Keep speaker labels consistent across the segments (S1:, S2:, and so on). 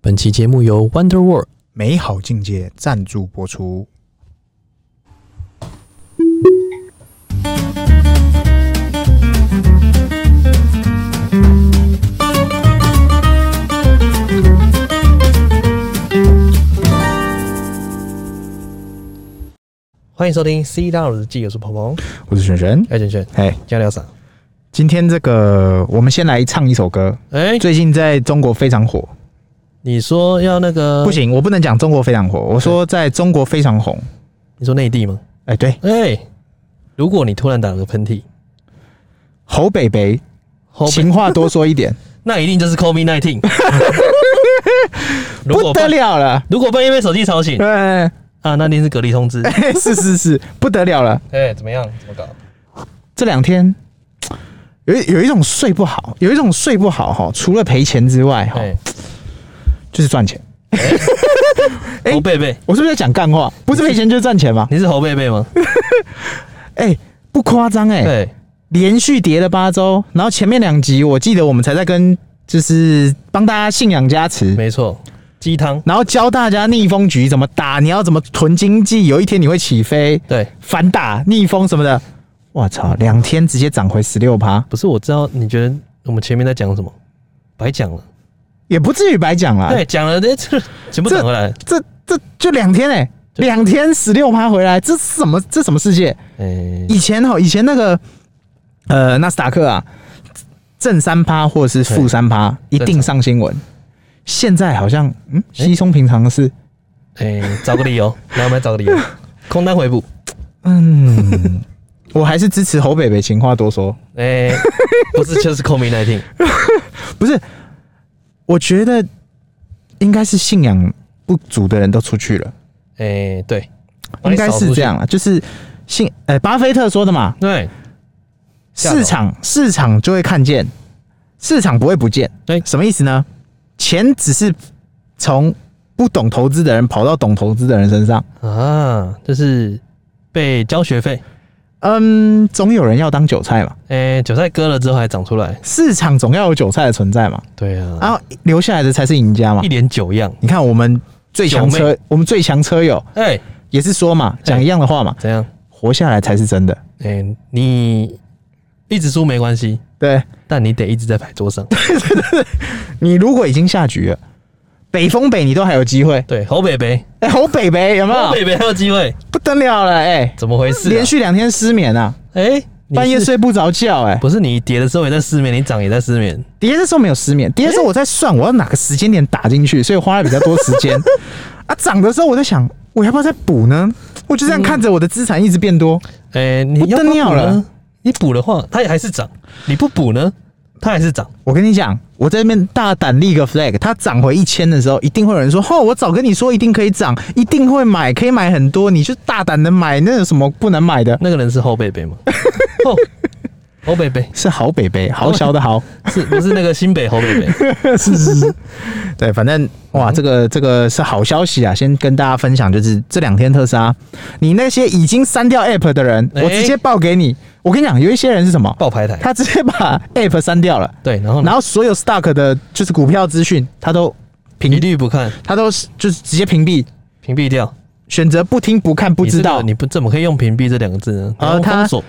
S1: 本期节目由 Wonder World
S2: 美好境界赞助播出。
S1: 欢迎收听《C 大佬日记》，我是鹏鹏，
S2: 我是璇璇，
S1: 哎，璇璇，
S2: 哎、
S1: 今天聊啥？
S2: 今天这个我们先来唱一首歌，
S1: 哎，
S2: 最近在中国非常火。
S1: 你说要那个
S2: 不，行，我不能讲中国非常火，我说在中国非常红。
S1: 你说内地吗？
S2: 哎、对，
S1: 哎，如果你突然打了个喷嚏，
S2: 侯北北，
S1: 后背
S2: 情话多说一点，
S1: 那一定就是 COVID nineteen。如
S2: 不
S1: 果
S2: 得
S1: 半
S2: 了了。
S1: 如果半夜被手机吵醒
S2: 对，
S1: 啊，那一定是隔离通知。
S2: 哎 是是是，不得了了。
S1: 哎，怎么样？怎么搞？
S2: 这两天有一有一种睡不好，有一种睡不好哈，除了赔钱之外哈，
S1: 哎，
S2: 就是赚钱。哎
S1: 侯贝贝，
S2: 我是不是在讲干话？不是赔钱就是赚钱吗？
S1: 你是侯贝贝吗？
S2: 哎、不夸张哎，
S1: 对，
S2: 连续跌了八周，然后前面两集我记得我们才在跟就是帮大家信仰加持，
S1: 没错，鸡汤。
S2: 然后教大家逆风局怎么打，你要怎么囤经济，有一天你会起飞，
S1: 对，
S2: 反打逆风什么的。我操，两天直接涨回十六趴，
S1: 不是我知道，你觉得我们前面在讲什么？白讲了。
S2: 也不至于白讲啦。
S1: 对，讲了，这这全部转回来。
S2: 这这就两天哎、
S1: 对
S2: 两天十六趴回来，这是什么？这什么世界？
S1: 哎，
S2: 以前哦，以前那个呃纳斯达克啊，正三趴或者是负三趴，一定上新闻。现在好像嗯稀松平常的事，
S1: 哎、找个理 由，来，我们来找个理由，空单回补。
S2: 嗯，我还是支持侯北北，情话多说。
S1: 哎、不是，就是 COVID nineteen。
S2: 不是，我觉得应该是信仰不足的人都出去了，
S1: 哎、对，哎
S2: 应该是这样啊，就是信呃巴菲特说的嘛，
S1: 把你扫出去。吓到
S2: 市场市场就会看见，市场不会不见。
S1: 对
S2: 什么意思呢？钱只是从不懂投资的人跑到懂投资的人身上。
S1: 对啊，就是被交学费。
S2: 嗯，总有人要当韭菜嘛，
S1: 哎、韭菜割了之后还长出来。
S2: 市场总要有韭菜的存在嘛，
S1: 对啊，
S2: 然后留下来的才是赢家嘛
S1: 一。脸酒样。
S2: 你看我们最强
S1: 九
S2: 车，我们最强车友
S1: 哎、
S2: 也是说嘛，讲一样的话嘛，
S1: 怎样？
S2: 活下来才是真的。
S1: 哎、你一直输没关系，
S2: 对
S1: 但你得一直在牌桌上。
S2: 你如果已经下局了，北风北你都还有机会。
S1: 对，侯北北，
S2: 哎、侯北北有没
S1: 侯
S2: 有？
S1: 北北还有机会，
S2: 不得了了哎、
S1: 怎么回事、啊？
S2: 连续两天失眠啊。
S1: 哎、你
S2: 半夜
S1: 是
S2: 睡不着觉、哎，
S1: 不是你跌的时候也在失眠，你涨也在失眠。
S2: 跌的时候没有失眠，跌的时候我在算我要哪个时间点打进去，所以花了比较多时 间。啊，涨的时候我在想，我要不要再补呢？我就这样看着我的资产一直变多，
S1: 哎、你
S2: 不
S1: 要
S2: 得
S1: 不要
S2: 了
S1: 补
S2: 了
S1: 呢？你补的话，它也还是涨；你不补呢，它还是涨。
S2: 我跟你讲，我在那边大胆立个 flag，它涨回一千的时候，一定会有人说：“哦，我早跟你说一定可以涨，一定会买，可以买很多，你就大胆的买，那有什么不能买的？
S1: 那个人是侯贝贝 吗？哦，侯贝贝
S2: 是好北北，好小的好，
S1: 是不是那个新北侯贝 贝？
S2: 是是是， 对，反正哇，这个这个是好消息啊！先跟大家分享，就是这两天特斯拉，你那些已经删掉 App 的人，
S1: 哎
S2: 我直接报给你。我跟你讲，有一些人是什么？
S1: 爆牌台
S2: 他直接把 App 删掉了，
S1: 对，然后呢
S2: 然后所有 stock 的，就是股票资讯，他都
S1: 一
S2: 屏，
S1: 律不看，
S2: 他都是就是直接屏蔽，
S1: 屏蔽掉。
S2: 选择不听、不看、不
S1: 你这
S2: 知
S1: 个
S2: 道，
S1: 你不怎么可以用屏蔽这两个字呢？
S2: 呃
S1: 然后
S2: 它
S1: 封锁，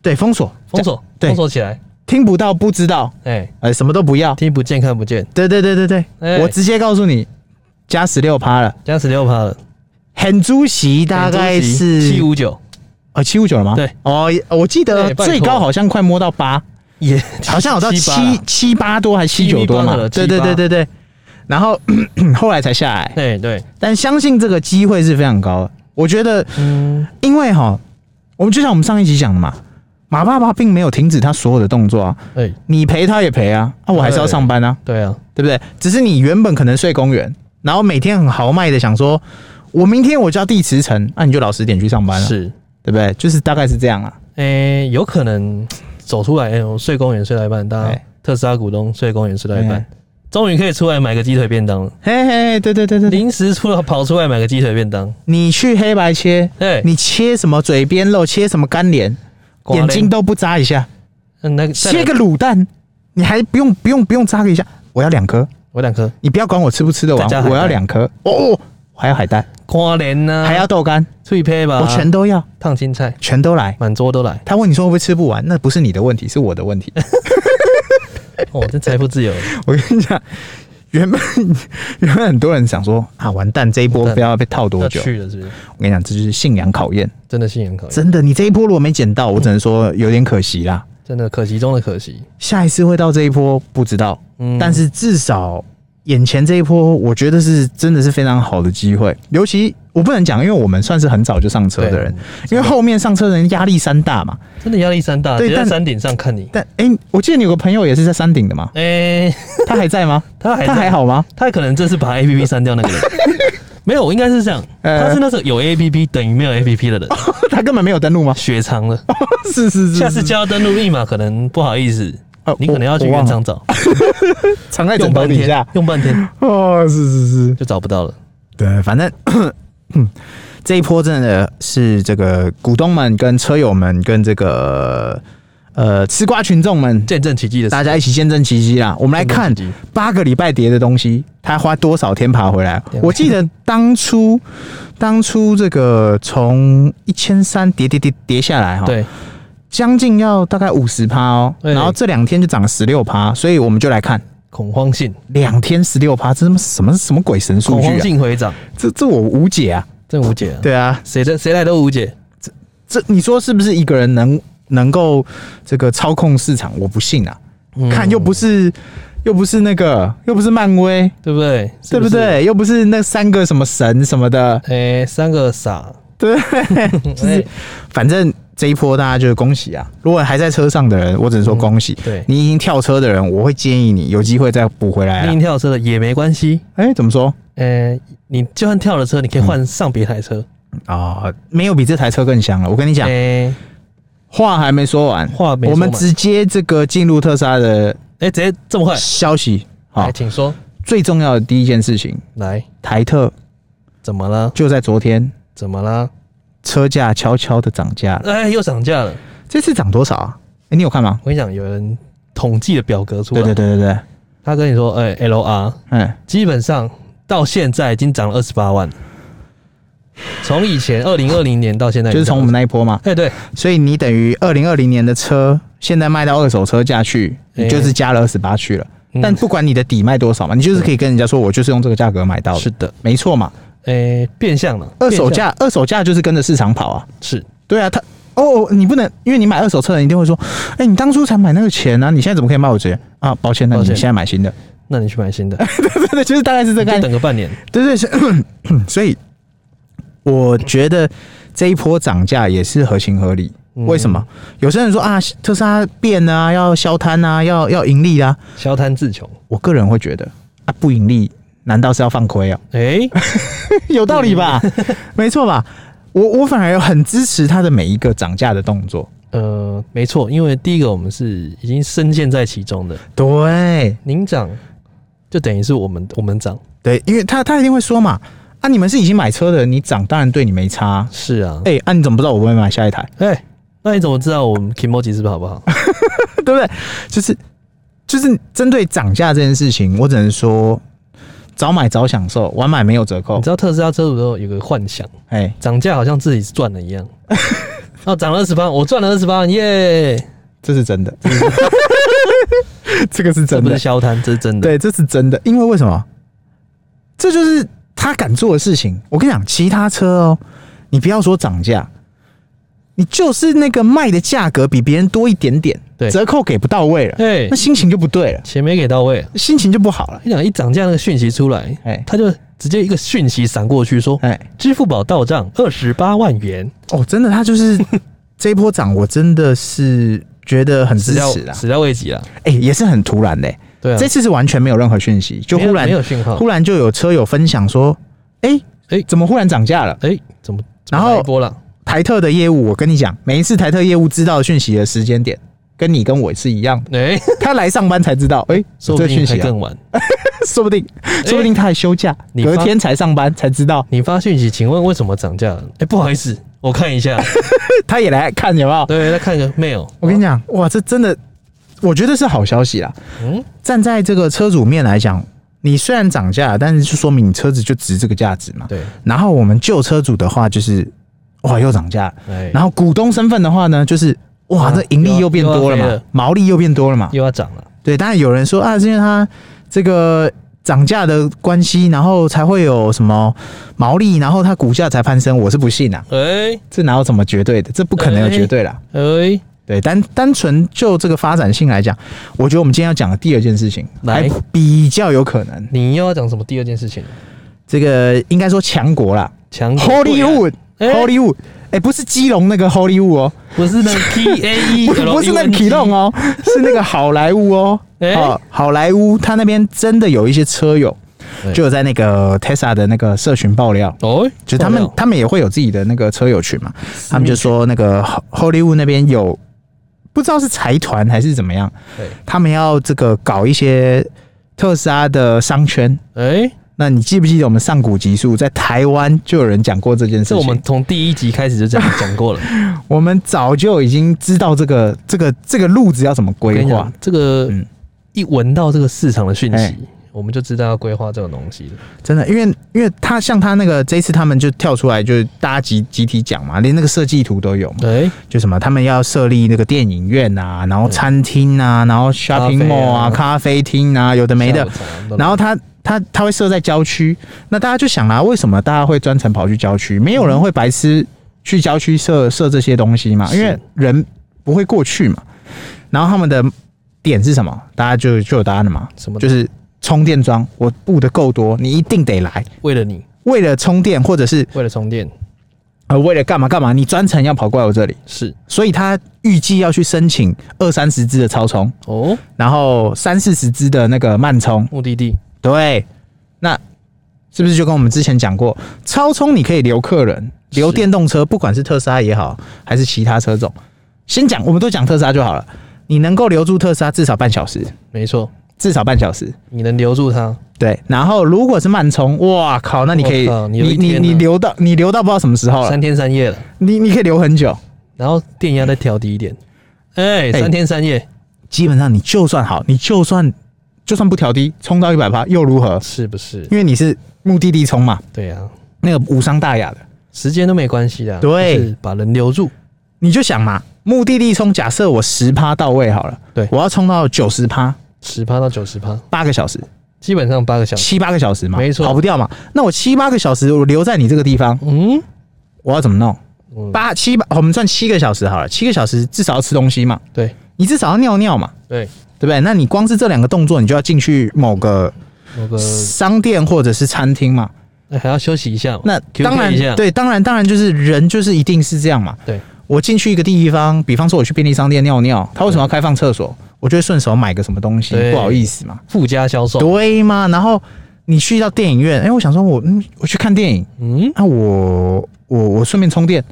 S2: 对，封锁，
S1: 封锁，
S2: 对
S1: 封锁起来。
S2: 听不到、不知道，
S1: 哎、
S2: 呃，什么都不要。
S1: 听不见看不见，
S2: 对对对对对，
S1: 哎
S2: 我直接告诉你，加十六趴了，
S1: 加十六趴了，
S2: 很猪席大概是
S1: 七五九，
S2: 啊，七五九了吗？
S1: 对，
S2: 哦，我记得
S1: 对拜托
S2: 最高好像快摸到八，
S1: 也
S2: 好像有到
S1: 七八啦
S2: 七七八多还七九多嘛
S1: 七八了？
S2: 对
S1: 七
S2: 对
S1: 八
S2: 对对对。然后 后来才下来，
S1: 哎、对，
S2: 但相信这个机会是非常高的。我觉得，
S1: 嗯，
S2: 因为哈，我们就像我们上一集讲的嘛，马爸爸并没有停止他所有的动作啊，
S1: 哎、
S2: 你陪他也陪啊，啊，我还是要
S1: 对
S2: 上班啊，
S1: 对啊，
S2: 对不对？只是你原本可能睡公园，然后每天很豪迈的想说，我明天我就要第十层，那、你就老实点去上班了，
S1: 是，
S2: 对不对？就是大概是这样啊。
S1: 诶、有可能走出来，哎、我睡公园睡到一半，大家
S2: 哎
S1: 特斯拉股东睡公园睡到一半
S2: 哎，
S1: 终于可以出来买个鸡腿便当了，
S2: 嘿嘿，嘿对对对对对，
S1: 临时出来跑出来买个鸡腿便当，
S2: 你去黑白切，
S1: 哎、
S2: 你切什么嘴边肉，切什么干脸，
S1: 刮嘞
S2: 眼睛都不眨一下，
S1: 嗯那个再来
S2: 切个卤蛋，你还不用不用不用眨个一下，我要两颗，
S1: 我两颗
S2: 你不要管我吃不吃得
S1: 再加海
S2: 完，
S1: 带啊
S2: 我要两颗哦，我还要海带，
S1: 瓜莲呐，
S2: 还要豆干，
S1: 脆胚吧，
S2: 我全都要，
S1: 烫青菜，
S2: 全都来。
S1: 满桌都来。
S2: 他问你说会不会吃不完，那不是你的问题，是我的问 题。
S1: 哦，这财富自由了，
S2: 我跟你讲，原本原本很多人想说啊，完蛋，这一波不知道被套多
S1: 要
S2: 久。
S1: 去了是不是？
S2: 我跟你讲，这就是信仰考验，
S1: 真的信仰可以，
S2: 真的，你这一波如果没捡到，我只能说有点可惜啦。
S1: 真的可惜中的可惜。
S2: 下一次会到这一波不知道，
S1: 嗯
S2: 但是至少眼前这一波，我觉得是真的是非常好的机会。尤其我不能讲，因为我们算是很早就上车的人，因为后面上车的人压力山大嘛。
S1: 真的压力山大，
S2: 对
S1: 直接在
S2: 但
S1: 山顶上看你。
S2: 但哎、我记得你有个朋友也是在山顶的嘛，
S1: 哎、
S2: 他还在吗？
S1: 他还
S2: 他还
S1: 好，
S2: 好吗？
S1: 他可能这是把 A P P 删掉那个人。没有，应该是这 样，
S2: 呃
S1: 他是那时候有 A P P 等于没有 A P P 的人，
S2: 他根本没有登录吗？
S1: 雪藏了。
S2: 哦是是是，
S1: 下次
S2: 是
S1: 叫他登录密码，可能不好意思，
S2: 哦
S1: 你可能要去
S2: 我
S1: 原
S2: 我忘了哎
S1: 厂 找，
S2: 藏在
S1: 用
S2: 枕头
S1: 半
S2: 底下
S1: 天。，用半天
S2: 哦，是是是，
S1: 就找不到了。
S2: 对，反正 这一波真的是这个股东们、跟车友们、跟这个呃吃瓜群众们，
S1: 见证奇迹的事，
S2: 大家一起见证奇迹啦！我们来看
S1: 见证奇迹
S2: 八个礼拜跌的东西，它花多少天爬回来
S1: 对？
S2: 我记得当初当初这个从一千三跌跌跌跌下来哈，，
S1: 对，
S2: 将近要大概五十趴哦，
S1: 对
S2: 然后这两天就涨十六趴，所以我们就来看。
S1: 恐慌性，
S2: 两天十六趴，这他妈什么什么鬼神数
S1: 恐
S2: 据
S1: 慌
S2: 啊？
S1: 性回涨，
S2: 这这我无解啊！
S1: 真无解啊！
S2: 对啊，
S1: 谁的谁来都无解，
S2: 这你说是不是一个人能能够这个操控市场？我不信啊！
S1: 嗯
S2: 看又不是又不是那个又不是漫威，
S1: 对不对？是
S2: 对不
S1: 是？
S2: 对？又不是那三个什么神什么的，
S1: 哎、三个傻，
S2: 对，
S1: 嗯
S2: 就是
S1: 哎
S2: 反正这一波大家就是恭喜啊！如果还在车上的人，我只能说恭喜。
S1: 嗯对
S2: 你已经跳车的人，我会建议你有机会再补回来
S1: 你已
S2: 啊
S1: 经！跳车了也没关系，
S2: 哎、怎么说
S1: 呃，你就算跳了车，你可以
S2: 嗯
S1: 换上别台车。
S2: 啊、没有比这台车更香了。我跟你讲，
S1: 哦哎
S2: 话还没说完，
S1: 话没说完
S2: 我们直接这个进入特斯拉的
S1: 哎，直接这么快，
S2: 消息。好
S1: 来，，哎请说，
S2: 最重要的第一件事情，
S1: 啊来，
S2: 台特
S1: 怎么了？
S2: 就在昨天
S1: 怎么了？
S2: 车价悄悄的涨价了，
S1: 哎，又涨价了。
S2: 这次涨多少啊？哎、你有看吗？
S1: 我跟你讲，有人统计的表格出来，
S2: 对对对对对，
S1: 他跟你说，哎，LR
S2: 嗯，
S1: 基本上到现在已经涨了二十八万，从以前二零二零年到现在，
S2: 就是从我们，那一波嘛。
S1: 哎，对，
S2: 所以你等于二零二零年的车，现在卖到二手车价去，
S1: 哎
S2: 你就是加了二十八去了。
S1: 嗯
S2: 但不管你的底卖多少嘛，你就是可以跟人家说，我就是用这个价格买到的，
S1: 是的，
S2: 没错嘛。
S1: 哎，变相了，
S2: 二手
S1: 变相
S2: 价，二手价就是跟着市场跑啊。
S1: 是
S2: 对啊，他哦，你不能，因为你买二手车的人一定会说，哎、你当初才买那个钱啊，你现在怎么可以卖我这啊？抱歉，那
S1: 抱
S2: 你
S1: 歉
S2: 现在买新的，
S1: 那你去买 新的，
S2: 对对，就是大概是这
S1: 你
S2: 个概
S1: 就
S2: 念。
S1: 等个半年，
S2: 对对是，所以 我觉得这一波涨价也是合情合理。
S1: 嗯
S2: 为什么？有些人说啊，特斯拉变啊，要消摊啊，要要盈利啊。
S1: 消贪自穷，
S2: 我个人会觉得啊，不盈利难道是要放亏啊？
S1: 哎，
S2: 有道理吧？ 没错吧？我我反而很支持他的每一个涨价的动作。
S1: 呃，没错，因为第一个我们是已经深陷在其中的，
S2: 对
S1: 您涨就等于是我们我们涨，
S2: 对，因为他他一定会说嘛，啊，你们是已经买车的人，你涨当然对你没差啊。
S1: 是啊，
S2: 哎、啊，你怎么不知道我会买下一台？
S1: 哎、那你怎么知道我们 Kimoji 是不是好不好？
S2: 哦 对不对？就是就是针对涨价这件事情，我只能说早买早享受，晚买没有折扣
S1: 你。知道特斯拉车主都有个幻想，
S2: 哎、
S1: 涨价好像自己赚了一 样，哦，涨了二十八，我赚了二十八万，耶！
S2: 这是真的， 这个是
S1: 这
S2: 真
S1: 不是
S2: 的，
S1: 消摊，这是真的。，
S2: 对，这是真的。因为为什么？这就是他敢做的事情。我跟你讲，其他车哦，你不要说涨价，你就是那个卖的价格比别人多一点点，
S1: 对
S2: 折扣给不到位了，
S1: 哎、
S2: 那心情就不对了，
S1: 钱没给到位、啊，
S2: 心情就不好了。
S1: 你讲一涨价那个讯息出来，
S2: 哎
S1: 他就直接一个讯息闪过去说，
S2: 哎、
S1: 支付宝到账二十八万元，
S2: 哦，真的，他就是 这一波涨，我真的是觉得很
S1: 始
S2: 支
S1: 料
S2: 持啦。
S1: 始料未及啦。
S2: 哎、也是很突然的、
S1: 对啊，
S2: 这次是完全没有任何讯息，就
S1: 没有
S2: 忽然
S1: 没有讯号
S2: 忽，然就有车友分享说，哎、
S1: 哎
S2: 怎么忽然涨价了？
S1: 哎、怎么？
S2: 然后
S1: 怎么来一波了，
S2: 台特的业务，我跟你讲，每一次台特业务知道讯息的时间点，跟你跟我是一 样的。
S1: 哎、
S2: 他来上班才知道，哎、
S1: 说
S2: 有
S1: 不
S2: 这个
S1: 定
S2: 讯
S1: 还
S2: 息啊，
S1: 更晚。
S2: 说不定，说不定他还休假，
S1: 你
S2: 隔
S1: 发
S2: 天才上班才知道。
S1: 你发讯息，请问为什么涨价了？哎、不好意思，我看一 下。
S2: 他也来看有没有？
S1: 对，再看个 mail。
S2: 我跟你讲，哇，这真的，我觉得是好消息啦。
S1: 嗯，
S2: 站在这个车主面来讲，你虽然涨价了，但是就说明你车子就值这个价值嘛。
S1: 对，
S2: 然后我们旧车主的话就是，哇，又涨价了。
S1: 哎，
S2: 然后股东身份的话呢，就是哇，
S1: 啊
S2: 这盈利
S1: 又
S2: 又变多
S1: 又要
S2: 了
S1: 飞
S2: 嘛
S1: 了，嗯
S2: 毛利又变多了嘛。
S1: 又要涨了，
S2: 对，当然有人说啊，是因为它这个涨价的关系，然后才会有什么毛利，然后它股价才攀升。我是不信啊，
S1: 哎
S2: 这哪有什么绝对的？这不可能有绝对啦。
S1: 哎，
S2: 对，单单纯就这个发展性来讲，我觉得我们今天要讲的第二件事情，
S1: 来
S2: 还比较有可能。
S1: 你又要讲什么第二件事情？这
S2: 呃，应该说强国啦
S1: 强国对啊哎
S2: ，Hollywood，Hollywood，哎、不是基隆那个 Hollywood 哦，
S1: 不是那 个 T A E，
S2: 不不是那个 k i l o 哦，是那个好莱坞哦。
S1: 哎
S2: 好，好莱坞它那边真的有一些车友
S1: 对，
S2: 就有在那个 Tesla 的那个社群爆料，
S1: 哦，
S2: 就他们他们也会有自己的那个车友群嘛，他们就说那个 Hollywood 那边有不知道是财团还是怎么样，
S1: 对，
S2: 他们要这个搞一些特斯拉的商圈。
S1: 哎，
S2: 那你记不记得我们上古集数在台湾就有人讲过这件事
S1: 这
S2: 情？
S1: 我们从第一集开始就讲讲过了。
S2: 我们早就已经知道这个这个这个路子要怎么
S1: 我跟
S2: 规
S1: 你
S2: 划
S1: 讲，，这个
S2: 嗯
S1: 一闻到这个市场的讯
S2: 哎
S1: 息，我们就知道要规划这种东西了。
S2: 真的，因为因为他像他那个这一次他们就跳出来，就是大家集集体讲嘛，连那个设计图都有嘛，
S1: 哎，
S2: 就什么他们要设立那个电影院啊，然后餐厅啊，然后
S1: 咖
S2: shopping
S1: 啡啊
S2: mall 啊，咖啡厅啊，有的没的
S1: 哎下午，茶，
S2: 然后他他他会设在郊区，那大家就想啦、为什么大家会专程跑去郊区？没有人会白痴去郊区设设这些东西嘛，
S1: 是
S2: 因为人不会过去嘛。然后他们的点是什么？大家就就有答案了嘛，
S1: 什么
S2: 就是充电桩，我布的够多，你一定得来。
S1: 为了你，
S2: 为了充电，或者是
S1: 为了充电，
S2: 呃为了干嘛干嘛，你专程要跑过来我这里，
S1: 是
S2: 所以他预计要去申请二三十只的超充，
S1: 哦，
S2: 然后三四十只的那个慢充，
S1: 目的地
S2: 对，那是不是就跟我们之前讲过，超充你可以留客人，留
S1: 是
S2: 电动车，不管是特斯拉也好，还是其他车种，先讲，我们都讲特斯拉就好了。你能够留住特斯拉至少半小时，
S1: 没错，
S2: 至少半小时。
S1: 你能留住他，
S2: 对，然后如果是慢充，哇靠，那你可以
S1: 我靠，你
S2: 你
S1: 有一
S2: 你
S1: 天啊
S2: 你留到你留到不知道什么时候了，
S1: 三天三夜了，
S2: 你你可以留很久。
S1: 然后电压再调低一点。哎，
S2: 哎
S1: 三天三夜
S2: 基本上你就算好，你就算就算不调低，充到一百趴又如何？
S1: 是不是？
S2: 因为你是目的地充嘛，
S1: 对啊，
S2: 那个无伤大雅的。
S1: 时间都没关系的，啊
S2: 对
S1: 就是把人留住，
S2: 你就想嘛，目的地充，假设我十趴到位好了，
S1: 对
S2: 我要充到九十趴，
S1: 十趴到九十趴，
S2: 八个小时，
S1: 基本上八个小时。
S2: 七八个小时嘛，
S1: 没错
S2: 跑不掉嘛。那我七八个小时，我留在你这个地方，
S1: 嗯，
S2: 我要怎么弄？
S1: 嗯
S2: 八七八，我们算七个小时好了，七个小时至少要吃东西嘛，
S1: 对
S2: 你至少要尿尿嘛，
S1: 对，
S2: 对不对？那你光是这两个动作，你就要进去某个
S1: 某个
S2: 商店或者是餐厅嘛。
S1: 哎还要休息一下嘛，
S2: 那
S1: QK
S2: 当然
S1: 一下，
S2: 对，当然当然就是人就是一定是这样嘛。
S1: 对，
S2: 我进去一个地方，比方说我去便利商店尿尿，他为什么要开放厕所？我就会顺手买个什么东西
S1: 对，
S2: 不好意思嘛，
S1: 附加销售，
S2: 对吗？然后你去到电影院，哎、我想说我嗯，我去看电影，
S1: 嗯，
S2: 那、我我我顺便充电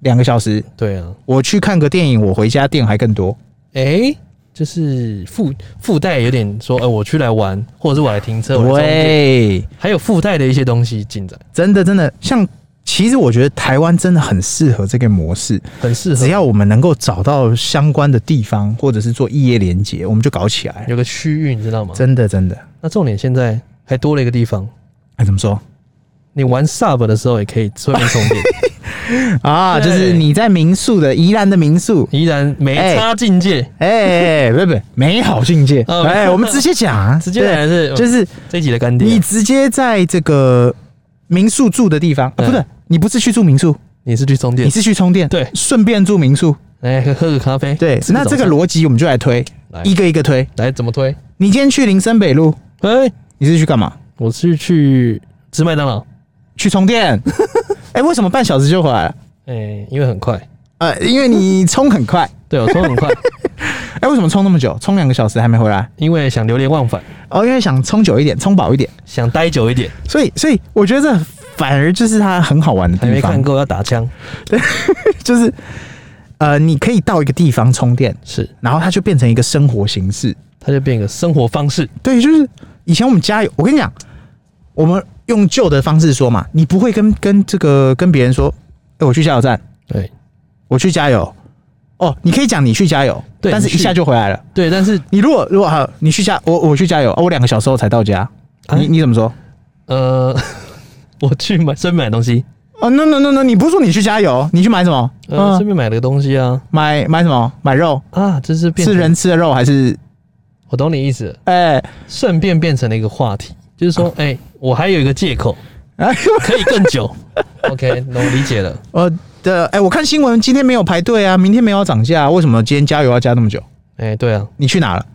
S2: 两个小时，
S1: 对啊，
S2: 我去看个电影，我回家电还更多，
S1: 哎、就是附附带有点说，呃，我去来玩，或者是我来停车，我来充电，
S2: 对，
S1: 还有附带的一些东西进来，
S2: 真的真的像。其实我觉得台湾真的很适合这个模式，
S1: 很适合
S2: 只。要我们能够找到相关的地方，或者是做异业连接，我们就搞起来了。
S1: 有个区域，你知道吗？
S2: 真的真的，
S1: 那重点现在还多了一个地方，
S2: 哎，怎么说
S1: 你玩 Sub 的时候也可以顺便充电，
S2: 啊？
S1: 对
S2: 就是你在民宿的宜兰的民宿，
S1: 依然没差境界。
S2: 哎哎，哎不不，美好境界，
S1: 哦
S2: 哎，我们直接讲啊，
S1: 直接来的是哦
S2: 对就是
S1: 这一集的干爹，啊
S2: 你直接在这个民宿住的地方，啊，
S1: 嗯
S2: 不对，你不是去住民宿，
S1: 你是去充电
S2: 你，是去充电，
S1: 对
S2: 顺便住民宿，
S1: 来喝喝个咖啡。
S2: 对。
S1: 吃
S2: 那
S1: 早
S2: 这个
S1: 餐
S2: 逻辑我们就来推，
S1: 来
S2: 一个一个推。
S1: 来怎么推？
S2: 你今天去林森北路，
S1: 哎、
S2: 你是去干嘛？
S1: 我是去吃麦当劳，
S2: 去充电。 哎，为什么半小时就回来了？
S1: 哎、因为很快，
S2: 呃，因为你充很快。
S1: 对我充很 快，
S2: 哎，为什么充那么久？充两个小时还没回来？
S1: 因为想流连忘返，
S2: 哦，因为想充久一点，充饱一点。
S1: 想待久一点，
S2: 所以，所以我觉得这反而就是它很好玩的
S1: 还
S2: 地
S1: 没看
S2: 方，
S1: 够要打枪，
S2: 就是呃，你可以到一个地方充电，
S1: 是
S2: 然后它就变成一个生活形式。
S1: 它就变一个生活方式。
S2: 对，就是以前我们家有，我跟你讲，我们用旧的方式说嘛，你不会跟跟这个跟别人说，哎、我去加油站，
S1: 对
S2: 我去加油。哦，你可以讲你去加油，
S1: 对
S2: 但是
S1: 你去
S2: 一下就回来了。
S1: 对，但是
S2: 你如果如果好，你去加我我去加油，啊、我两个小时后才到家，
S1: 啊
S2: 你你怎么说？
S1: 呃， 我去买顺便买东西，
S2: 哦，no no no no，你不是说你去加油，你去买什么？嗯、
S1: 呃，顺便买了个东西啊
S2: 买买什么？买肉
S1: 啊，这是变
S2: 是
S1: 成
S2: 人吃的肉还是？
S1: 我懂你意思了，
S2: 哎、
S1: 顺便变成了一个话题，就是说，哎、我还有一个借口
S2: 哎，
S1: 可以更久。OK，那我理解了。
S2: 我的哎、我看新闻今天没有排队啊，明天没有要涨价，为什么今天加油要加那么久？
S1: 哎、对啊，
S2: 你去哪 了？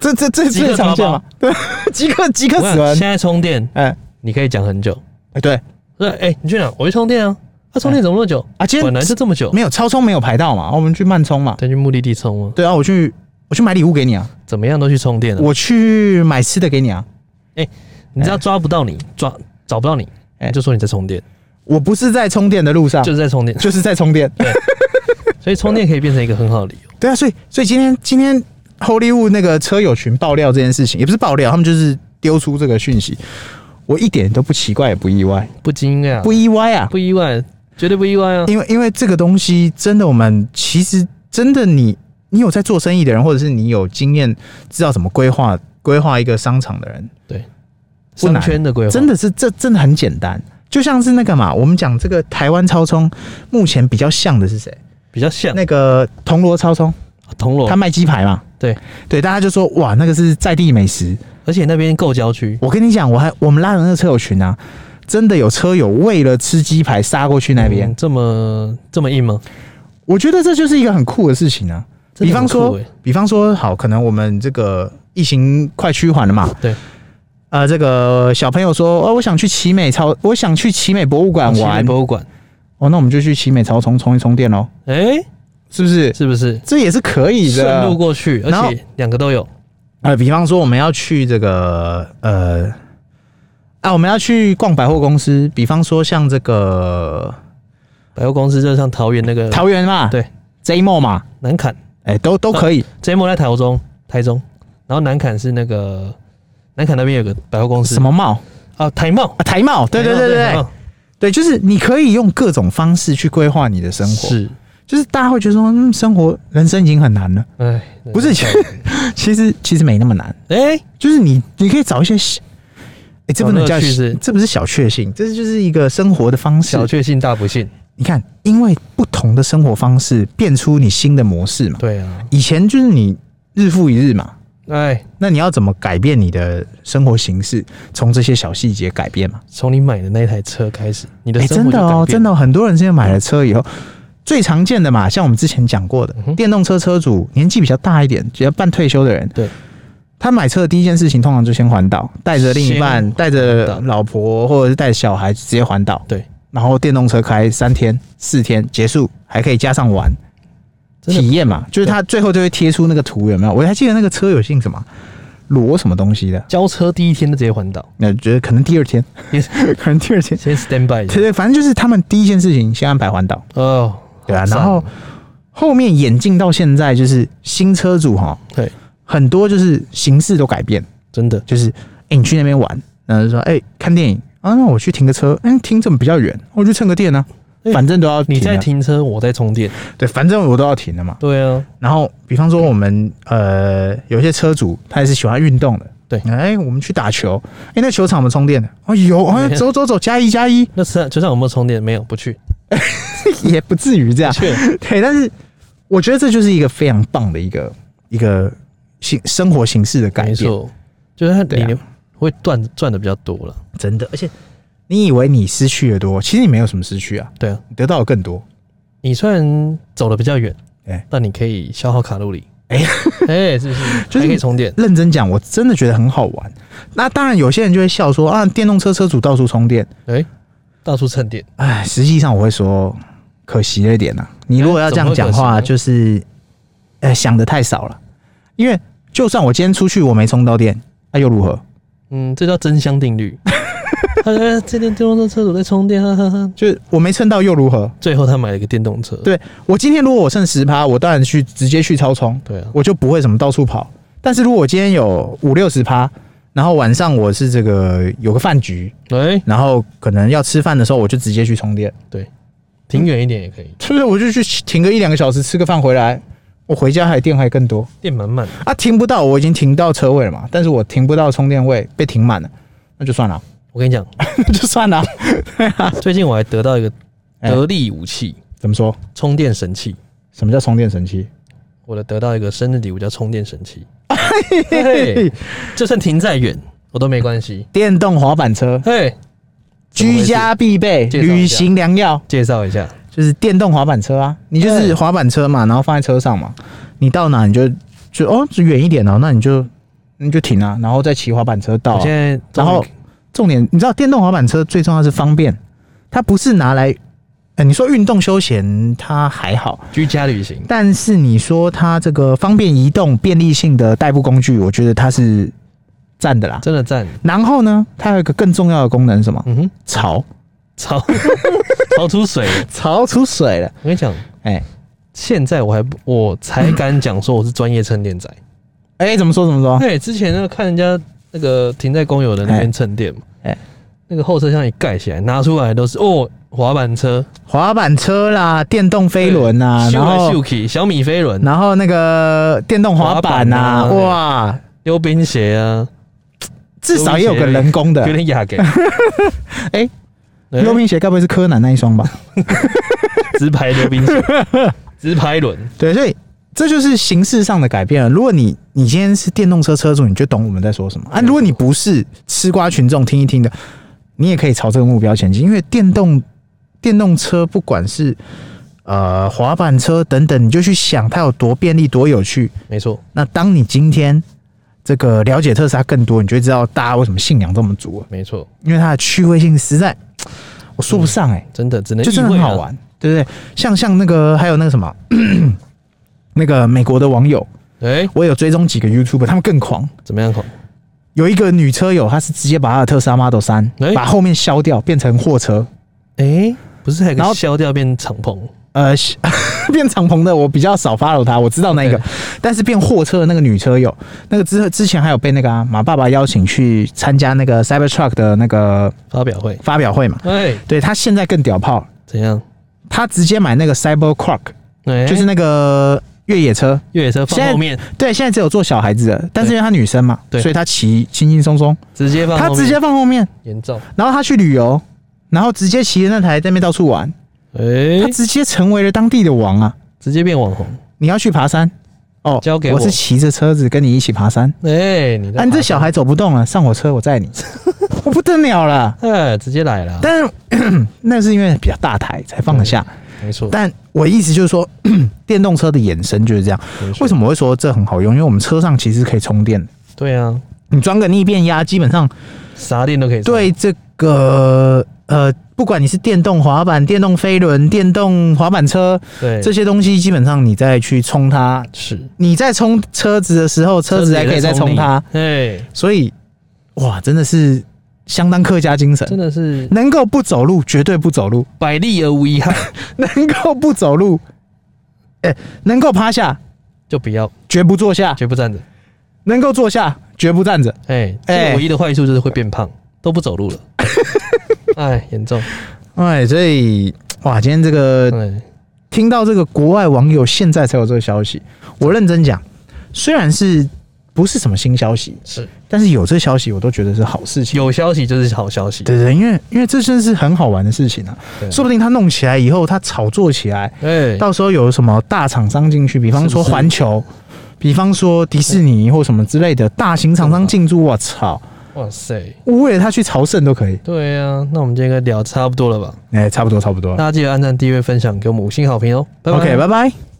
S2: 这这这
S1: 即刻
S2: 这个常见吗？ 对，即刻即刻
S1: 我
S2: 死啊
S1: 想
S2: 人。
S1: 现在充电
S2: 哎、
S1: 你可以讲很久。
S2: 哎对
S1: 对，哎、你去哪？我去充电啊。啊，充电怎么那么久？
S2: 啊，今
S1: 本来
S2: 天
S1: 就这么久，
S2: 没有超充没有排到嘛，我们去慢充嘛。
S1: 再去目的地充啊，
S2: 对啊，我去我去买礼物给你啊，
S1: 怎么样都去充电了、
S2: 我去买吃的给你啊。
S1: 你知道抓不到你，抓找不到你，
S2: 哎
S1: 你就说你在充电，
S2: 我不是在充电的路上，
S1: 就是在 充电。
S2: 就是在充电。
S1: 所以充电可以变成一个很好的理由。
S2: 对啊，所以所以今天今天 Hollywood 那个车友群爆料这件事情，也不是爆料，他们就是丢出这个讯息，我一点都不奇怪，也不意外，
S1: 不惊讶，
S2: 不意外啊，
S1: 不意外，绝对不意外啊！
S2: 因为因为这个东西真的，我们其实真的你你有在做生意的人，或者是你有经验知道怎么规划规划一个商场的人，不
S1: 商
S2: 难
S1: 圈的规划
S2: 真的是这真的很简单。就像是那个嘛，我们讲这个台湾超充，目前比较像的是谁？
S1: 比较像啊
S2: 那个铜锣超充，
S1: 铜锣
S2: 他，卖鸡排嘛。
S1: 哦对
S2: 对，大家就说哇，那个是在地美食，
S1: 而且那边够郊区，
S2: 我跟你讲，我还我们拉的那个车友群啊，真的有车友为了吃鸡排杀过去那边，
S1: 嗯这么这么硬吗？
S2: 我觉得这就是一个很酷的事情啊。
S1: 真
S2: 比
S1: 的很
S2: 方
S1: 酷
S2: 说
S1: 欸，
S2: 比方说，好，可能我们这个疫情快趋缓了嘛，
S1: 对，
S2: 呃，这个小朋友说，哦，我想去奇美超，我想去奇美博物馆
S1: 奇美
S2: 玩，
S1: 博物馆，
S2: 哦，那我们就去奇美超充充一充电喽，
S1: 哎，
S2: 是不是？
S1: 是不是
S2: 这也是可以
S1: 顺路
S2: 的。
S1: 过去？
S2: 啊然后
S1: 而且两个都有，
S2: 呃，比方说我们要去这个呃，啊，我们要去逛百货公司，比方说像这个
S1: 百货公司就像桃园那个
S2: 桃园嘛，
S1: 对
S2: ，J m o 嘛，
S1: 南坎
S2: 哎、都都可以。
S1: ，JMO 在台中，台中，然后南坎是那个南坎那边有个百货公司
S2: 呃什么茂
S1: 啊，台茂，
S2: 啊？台茂，对对对对
S1: 台
S2: 对
S1: 茂，
S2: 对，就是你可以用各种方式去规划你的生活。
S1: 是，
S2: 就是大家会觉得说，嗯，生活人生已经很难了，
S1: 哎，
S2: 不是？ 其实其实其实没那么难，
S1: 哎，
S2: 就是你你可以找一些小，哎、这不能
S1: 小
S2: 叫
S1: 乐趣是
S2: 这不是小确幸，这就是一个生活的方式
S1: 小。确幸大不幸，
S2: 你看，因为不同的生活方式变出你新的模式嘛。
S1: 对啊，
S2: 以前就是你日复一日嘛，
S1: 哎，
S2: 那你要怎么改变你的生活形式？从这些小细节改变嘛。
S1: 从你买的那台车开始，你的
S2: 哎、
S1: 生活就
S2: 真的
S1: 改变
S2: 哦
S1: 了，
S2: 真的、哦，很多人现在买了车以后，最常见的嘛，像我们之前讲过的
S1: 嗯，哼
S2: 电动车车主年纪比较大一点，比较半退休的人，
S1: 对，
S2: 他买车的第一件事情，通常就先环岛，带着另一半
S1: 先，
S2: 带
S1: 环岛
S2: 着老婆或者是带着小孩直接环岛，
S1: 对，
S2: 然后电动车开三天四天结束，还可以加上玩
S1: 真的
S2: 体验嘛，就是他最后就会贴出那个图，有没有？我还记得那个车友姓什么罗什么东西的，
S1: 交车第一天就直接环岛，
S2: 那觉得可能第二天，
S1: 也是
S2: 可能第二天，
S1: 先 stand by 一
S2: 对
S1: 下。
S2: 对，反正就是他们第一件事情先安排环岛。
S1: 哦，
S2: 对啊，
S1: 好赞
S2: 然后后面演进到现在，就是新车主哈，
S1: 对，
S2: 很多就是形式都改变，
S1: 真的
S2: 就是哎、诶你去那边玩，然后就说哎、诶看电影啊，那我去停个车，嗯、停怎么比较远？我去蹭个电呢、
S1: 诶
S2: 反正都要
S1: 你
S2: 啊
S1: 在，停车，我在充电。
S2: 对，反正我都要停的嘛。
S1: 对啊，
S2: 然后比方说我们呃有些车主他也是喜欢运动的，
S1: 对
S2: 哎、我们去打球，哎、那球场我们充电的，哦有，哎、
S1: 没有
S2: 走走走，加一加一，
S1: 那啊车车上有没有充电？没有，不去。
S2: 也不至于这 样，
S1: 去了，
S2: 对，但是我觉得这就是一个非常棒的一个一个形生活形式的改
S1: 没
S2: 变，
S1: 错，就是它
S2: 对啊
S1: 你会赚赚的比较多了。
S2: 真的。而且你以为你失去的多，其实你没有什么失去啊，
S1: 对啊，
S2: 你得到的更多。
S1: 你虽然走的比较远
S2: 哎，
S1: 但你可以消耗卡路里。
S2: 哎
S1: 哎，是不是？
S2: 就是
S1: 还可以充电。
S2: 认真讲，我真的觉得很好玩。那当然，有些人就会笑说啊，电动车车主到处充电，
S1: 哎，到处蹭电。
S2: 哎，实际上我会说可惜了一点呐、啊你如果要这样讲话，
S1: 哎怎么会
S2: 就是呃想的太少了，因为就算我今天出去我没充到电，那、又如何？
S1: 嗯，这叫真香定 律。他说哎这电电动车车主在充电，哈哈哈。
S2: 就是我没蹭到又如何？
S1: 最后他买了一个电动车。
S2: 对我今天如果我剩十趴，我当然去直接去超充，
S1: 对啊，
S2: 我就不会什么到处跑。但是如果我今天有五六十趴，然后晚上我是这个有个饭局，
S1: 哎，
S2: 然后可能要吃饭的时候，我就直接去充电，
S1: 对，挺远一点也可以。
S2: 是不是？我就去停个一两个小时吃个饭回来，我回家还电还更多
S1: 电满满，
S2: 啊！停不到，我已经停到车位了嘛，但是我停不到充电位，被停满了，那就算了，
S1: 我跟你讲，
S2: 那就算了。
S1: 最近我还得到一个
S2: 哎
S1: 得力武器
S2: 怎么说？
S1: ——充电神器。
S2: 什么叫充电神器？
S1: 我的得到一个生日礼物叫充电神器，嘿，就算停再远我都没关系。
S2: 电动滑板车，
S1: 嘿，怎么回
S2: 居
S1: 事
S2: 家必备，
S1: 介绍一下
S2: 旅行良药。
S1: 介绍一下，
S2: 就是电动滑板车啊，你就是
S1: 对
S2: 滑板车嘛，然后放在车上嘛，你到哪你就就哦远一点哦，那你就你就停啊，然后再骑滑板车到
S1: 我
S2: 啊、
S1: 现在
S2: 然后重点你知道电动滑板车最重要的是方便，它不是拿来，呃，你说运动休闲它还好，
S1: 居家旅行，
S2: 但是你说它这个方便移动、便利性的代步工具，我觉得它是赞的啦。
S1: 真的赞。
S2: 然后呢，它还有一个更重要的功能是什么？
S1: 嗯哼，
S2: 潮
S1: 潮潮出水了。
S2: 潮出水了，
S1: 我跟你讲，
S2: 哎、
S1: 现在我还不我才敢讲说我是专业蹭电仔。
S2: 哎、怎么说怎么说？
S1: 对，之前那个看人家那个停在公有的那边蹭电嘛，
S2: 哎
S1: 那个后车厢一盖起来，拿出来都是哦，滑板车、
S2: 滑板车啦，电动飞轮啊，
S1: 修
S2: 然
S1: 来
S2: 后
S1: 修去小米飞轮、
S2: 然后那个电动滑板啊，
S1: 滑板啊
S2: 哇，
S1: 溜冰鞋啊，
S2: 至少也有个人工
S1: 有
S2: 的。
S1: 点 雅给。
S2: 哎
S1: 哎，
S2: 溜冰鞋该不会是柯南那一双吧？
S1: 直排溜冰 鞋，直排轮，
S2: 对，所以这就是形式上的改变了。如果你你今天是电动车车主，你就懂我们在说什么啊。如果你不是吃瓜群众，听一听的，你也可以朝这个目标前进，因为电动电动车不管是呃滑板车等等，你就去想它有多便利、多有趣。
S1: 没错，
S2: 那当你今天这个了解特斯拉更多，你就会知道大家为什么信仰这么足了，
S1: 没错，
S2: 因为它的趣味性实在我说不上哎、
S1: 真的只能
S2: 就真的
S1: 意
S2: 很
S1: 会啊
S2: 好。玩，对不对？像像那个还有那个什么， 那个美国的网友，
S1: 哎，
S2: 我有追踪几个 YouTuber，他们更狂。
S1: 怎么样？孔？
S2: 有一个女车友，她是直接把她的特斯拉 Model 三、
S1: 哎
S2: 把后面削掉，变成货车，
S1: 哎，不是还有
S2: 然后
S1: 个削掉变敞篷？
S2: 呃， 是变敞篷的我比较少 follow 她，我知道那个
S1: OK
S2: 但是变货车的那个女车友，那个之之前还有被那个、啊、马爸爸邀请去参加那个 Cybertruck 的那个
S1: 发表会，
S2: 发表会嘛，
S1: 哎，
S2: 对她现在更屌炮，
S1: 怎样？
S2: 她直接买那个 Cybertruck，
S1: 哎，
S2: 就是那个越野车，
S1: 越野车放后面，
S2: 对，现在只有做小孩子的，但是因为她女生嘛，
S1: 对
S2: 所以她骑轻轻松松，
S1: 直接放后
S2: 她
S1: 面，
S2: 直接放后面，
S1: 严重。
S2: 然后她去旅游，然后直接骑着那台在那边到处玩，
S1: 哎
S2: 她，直接成为了当地的王啊！
S1: 直接变网红。
S2: 你要去爬山哦，
S1: 交给
S2: 我
S1: 我
S2: 是骑着车子跟你一起爬山，
S1: 哎，你在
S2: 啊，你这
S1: 爬
S2: 小孩走不动了，上我车我载 你，我不得了了。
S1: 哎，直接来了，
S2: 但 那是因为比较大台才放得下，
S1: 没错。
S2: 但我意思就是说， 电动车的衍生就是这样。为什
S1: 么？
S2: 么我会说这很好用？因为我们车上其实可以充电的，
S1: 对啊，
S2: 你装个逆变压，基本上
S1: 啥店都可以上。
S2: 对这个呃，不管你是电动滑板、电动飞轮、电动滑板车
S1: 对，
S2: 这些东西，基本上你再去充它，
S1: 是
S2: 你在充车子的时候，车子还可以再充
S1: 你
S2: 它，。
S1: 哎，
S2: 所以哇，真的是相当客家精
S1: 真
S2: 神。
S1: 的是
S2: 能够不走路，绝对不走路；
S1: 百利而无一害，
S2: 能够不走路， 哎、能够趴下，
S1: 就不要，
S2: 绝不坐下；
S1: 绝不站着。
S2: 能够坐下，绝不站着。
S1: 哎，
S2: 哎
S1: 这个唯一的坏处就是会变胖，都不走路 了。哎，严重。
S2: 哎，所以哇，今天这个
S1: 哎，
S2: 听到这个国外网友现在才有这个消息，我认真讲，虽然是不是什么新消息，
S1: 是
S2: 但是有这消息我都觉得是好事情。
S1: 有消息就是好消息。
S2: 对对，因为因为这真是很好玩的事情啊，
S1: 对
S2: 说不定他弄起来以后，他炒作起来，
S1: 哎，
S2: 到时候有什么大厂商进去，比方说
S1: 是不是
S2: 环球，比方说迪士尼或什么之类的大型厂商进驻，我操，
S1: 哇塞，
S2: 我为了他去朝圣都可以。
S1: 对啊，那我们今天应该聊差不多了吧？
S2: 哎、差不多差不多
S1: 大家记得按赞、订阅、分享，给我们五星好评哦。拜拜。
S2: ，OK，拜拜。